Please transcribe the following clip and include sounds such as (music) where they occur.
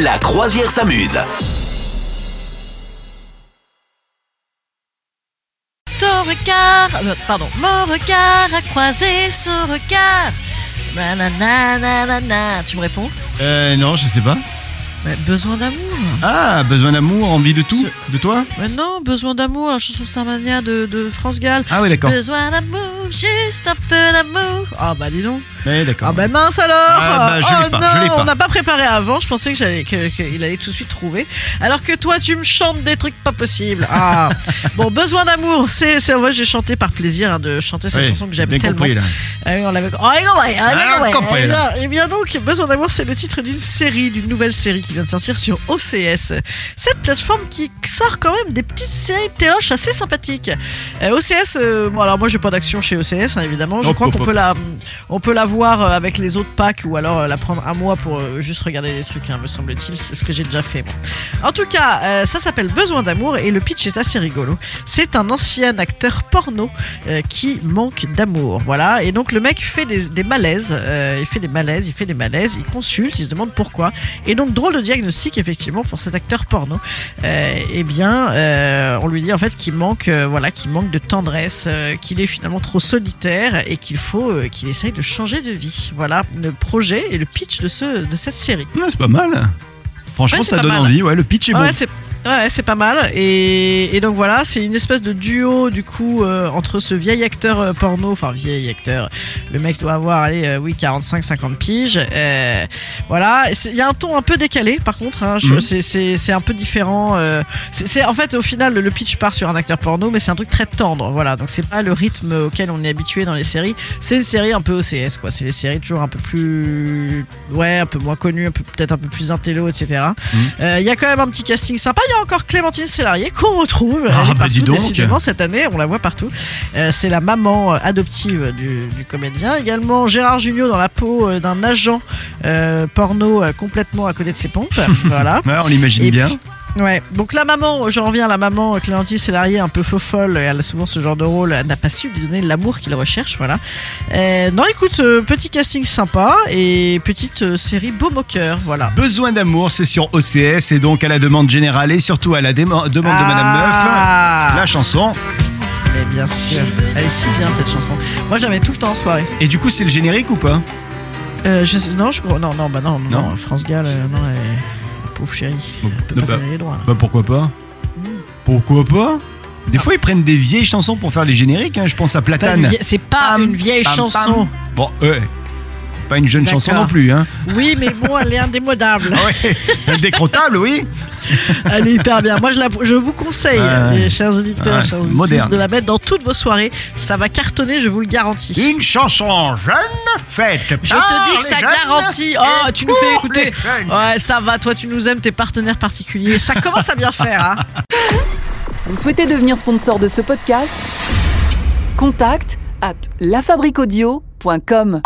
La croisière s'amuse. Ton regard, euh, pardon, mon regard a croisé son regard. Nanana, nanana. Tu me réponds Euh, non, je sais pas. Mais Besoin d'amour. Ah, besoin d'amour, envie de tout De toi Mais non, besoin d'amour, la chanson Starmania de, de France Gall. Ah oui, d'accord. Besoin d'amour, juste un peu d'amour. Ah bah dis donc. Eh, d'accord. Ah bah mince alors Ah bah, je l'ai Oh pas, non, je l'ai pas. on n'a pas préparé avant, je pensais que j'allais que- qu'il allait tout de suite trouver. Alors que toi tu me chantes des trucs pas possibles. (laughs) Ah. bon, besoin d'amour, c'est c'est vrai, j'ai chanté par plaisir hein, de chanter cette Oui, chanson que j'aime bien tellement. compris, là. Ah oui, on l'avait on l'avait compris, on l'avait Ah, compris. compris, Eh bien, là. eh bien donc, Besoin d'amour, c'est le titre d'une série, d'une nouvelle série qui vient de sortir sur OCS. Cette plateforme qui sort quand même des petites séries de téloches assez sympathiques. Euh, OCS, euh, bon alors moi j'ai pas d'action chez OCS hein, évidemment. Je Hop, crois hop, qu'on hop. peut la, on peut la voir euh, avec les autres packs ou alors euh, la prendre un mois pour euh, juste regarder des trucs, hein, me semble-t-il. C'est ce que j'ai déjà fait. moi. En tout cas, euh, ça s'appelle Besoin d'amour et le pitch est assez rigolo. C'est un ancien acteur porno euh, qui manque d'amour. Voilà. Et donc le mec fait des, des malaises. euh, il fait des malaises, il fait des malaises, il consulte, il se demande pourquoi. Et donc drôle de diagnostic effectivement pour cet acteur porno. Euh, eh bien, euh, on lui dit en fait qu'il manque, euh, voilà, qu'il manque de tendresse, euh, qu'il est finalement trop solitaire et qu'il faut euh, qu'il essaye de changer de vie. Voilà le projet et le pitch de ce de cette série. Ouais, c'est pas mal. Franchement, Ouais, c'est ça pas donne mal. envie. Ouais, le pitch est ouais, bon. c'est ouais, c'est pas mal. Et, et donc voilà, c'est une espèce de duo du coup euh, entre ce vieil acteur euh, porno, enfin vieil acteur, le mec doit avoir allez, euh, oui 45-50 piges. euh, voilà, C'est- il y a un ton un peu décalé par contre. hein, je- Mhm. c'est- c'est c'est un peu différent. euh, c'est c'est- en fait au final le pitch part sur un acteur porno, mais c'est un truc très tendre. Voilà, donc c'est pas le rythme auquel on est habitué dans les séries. C'est une série un peu OCS quoi. C'est des séries toujours un peu plus ouais, un peu moins connues, un peu peut-être un peu plus intello, etc. Mhm. Euh, Il y a quand même un petit casting sympa. Il y a encore Clémentine Sélarié qu'on retrouve. Elle Ah, est bah, partout, dis donc. Décidément, cette année, on la voit partout. Euh, c'est la maman euh, adoptive du, du comédien. Également Gérard Jugnot dans la peau euh, d'un agent euh, porno euh, complètement à côté de ses (laughs) pompes. voilà. Ouais, on l'imagine Et bien. puis- Ouais, donc la maman, je reviens à la maman euh, Clémentine Sélarié, un peu faux-folle, elle a souvent ce genre de rôle, elle n'a pas su lui donner l'amour qu'il recherche, voilà. Euh, non, écoute, euh, petit casting sympa et petite euh, série beau moqueur, voilà. Besoin d'amour, c'est sur OCS et donc à la demande générale et surtout à la déma- demande de Madame Ah. Meuf, la chanson. Mais bien sûr, elle est si bien cette chanson. Moi, je la mets tout le temps en soirée. Et du coup, c'est le générique ou pas Euh, je sais- non, je crois. Non, non, bah non, non, Non. non, France Gall, euh, non, elle est- Pauvre chérie. Elle peut Non, pas bah- donner les droits. là. Bah pourquoi pas Pourquoi pas Des fois, ils prennent des vieilles chansons pour faire les génériques. hein. Je pense à C'est pas Platane. une vie- C'est pas Pam, une vieille pam, chanson. pam. Bon, ouais. Pas une jeune chanson D'accord. non plus. Hein. Oui, mais bon, elle est indémodable. Ah (laughs) ouais, elle décrottable, oui. Elle est hyper bien. Moi, je, la- je vous conseille, Ouais. les chers auditeurs, Ouais, chers c'est auditrices, moderne. de la mettre dans toutes vos soirées. Ça va cartonner, je vous le garantis. Une chanson jeune faite Je te dis que ça garantit. Oh, tu nous fais écouter. Ouais, ça va, toi, tu nous aimes, tes partenaires particuliers. Ça commence à bien faire, hein. Vous souhaitez devenir sponsor de ce podcast Contact à lafabriquaudio.com.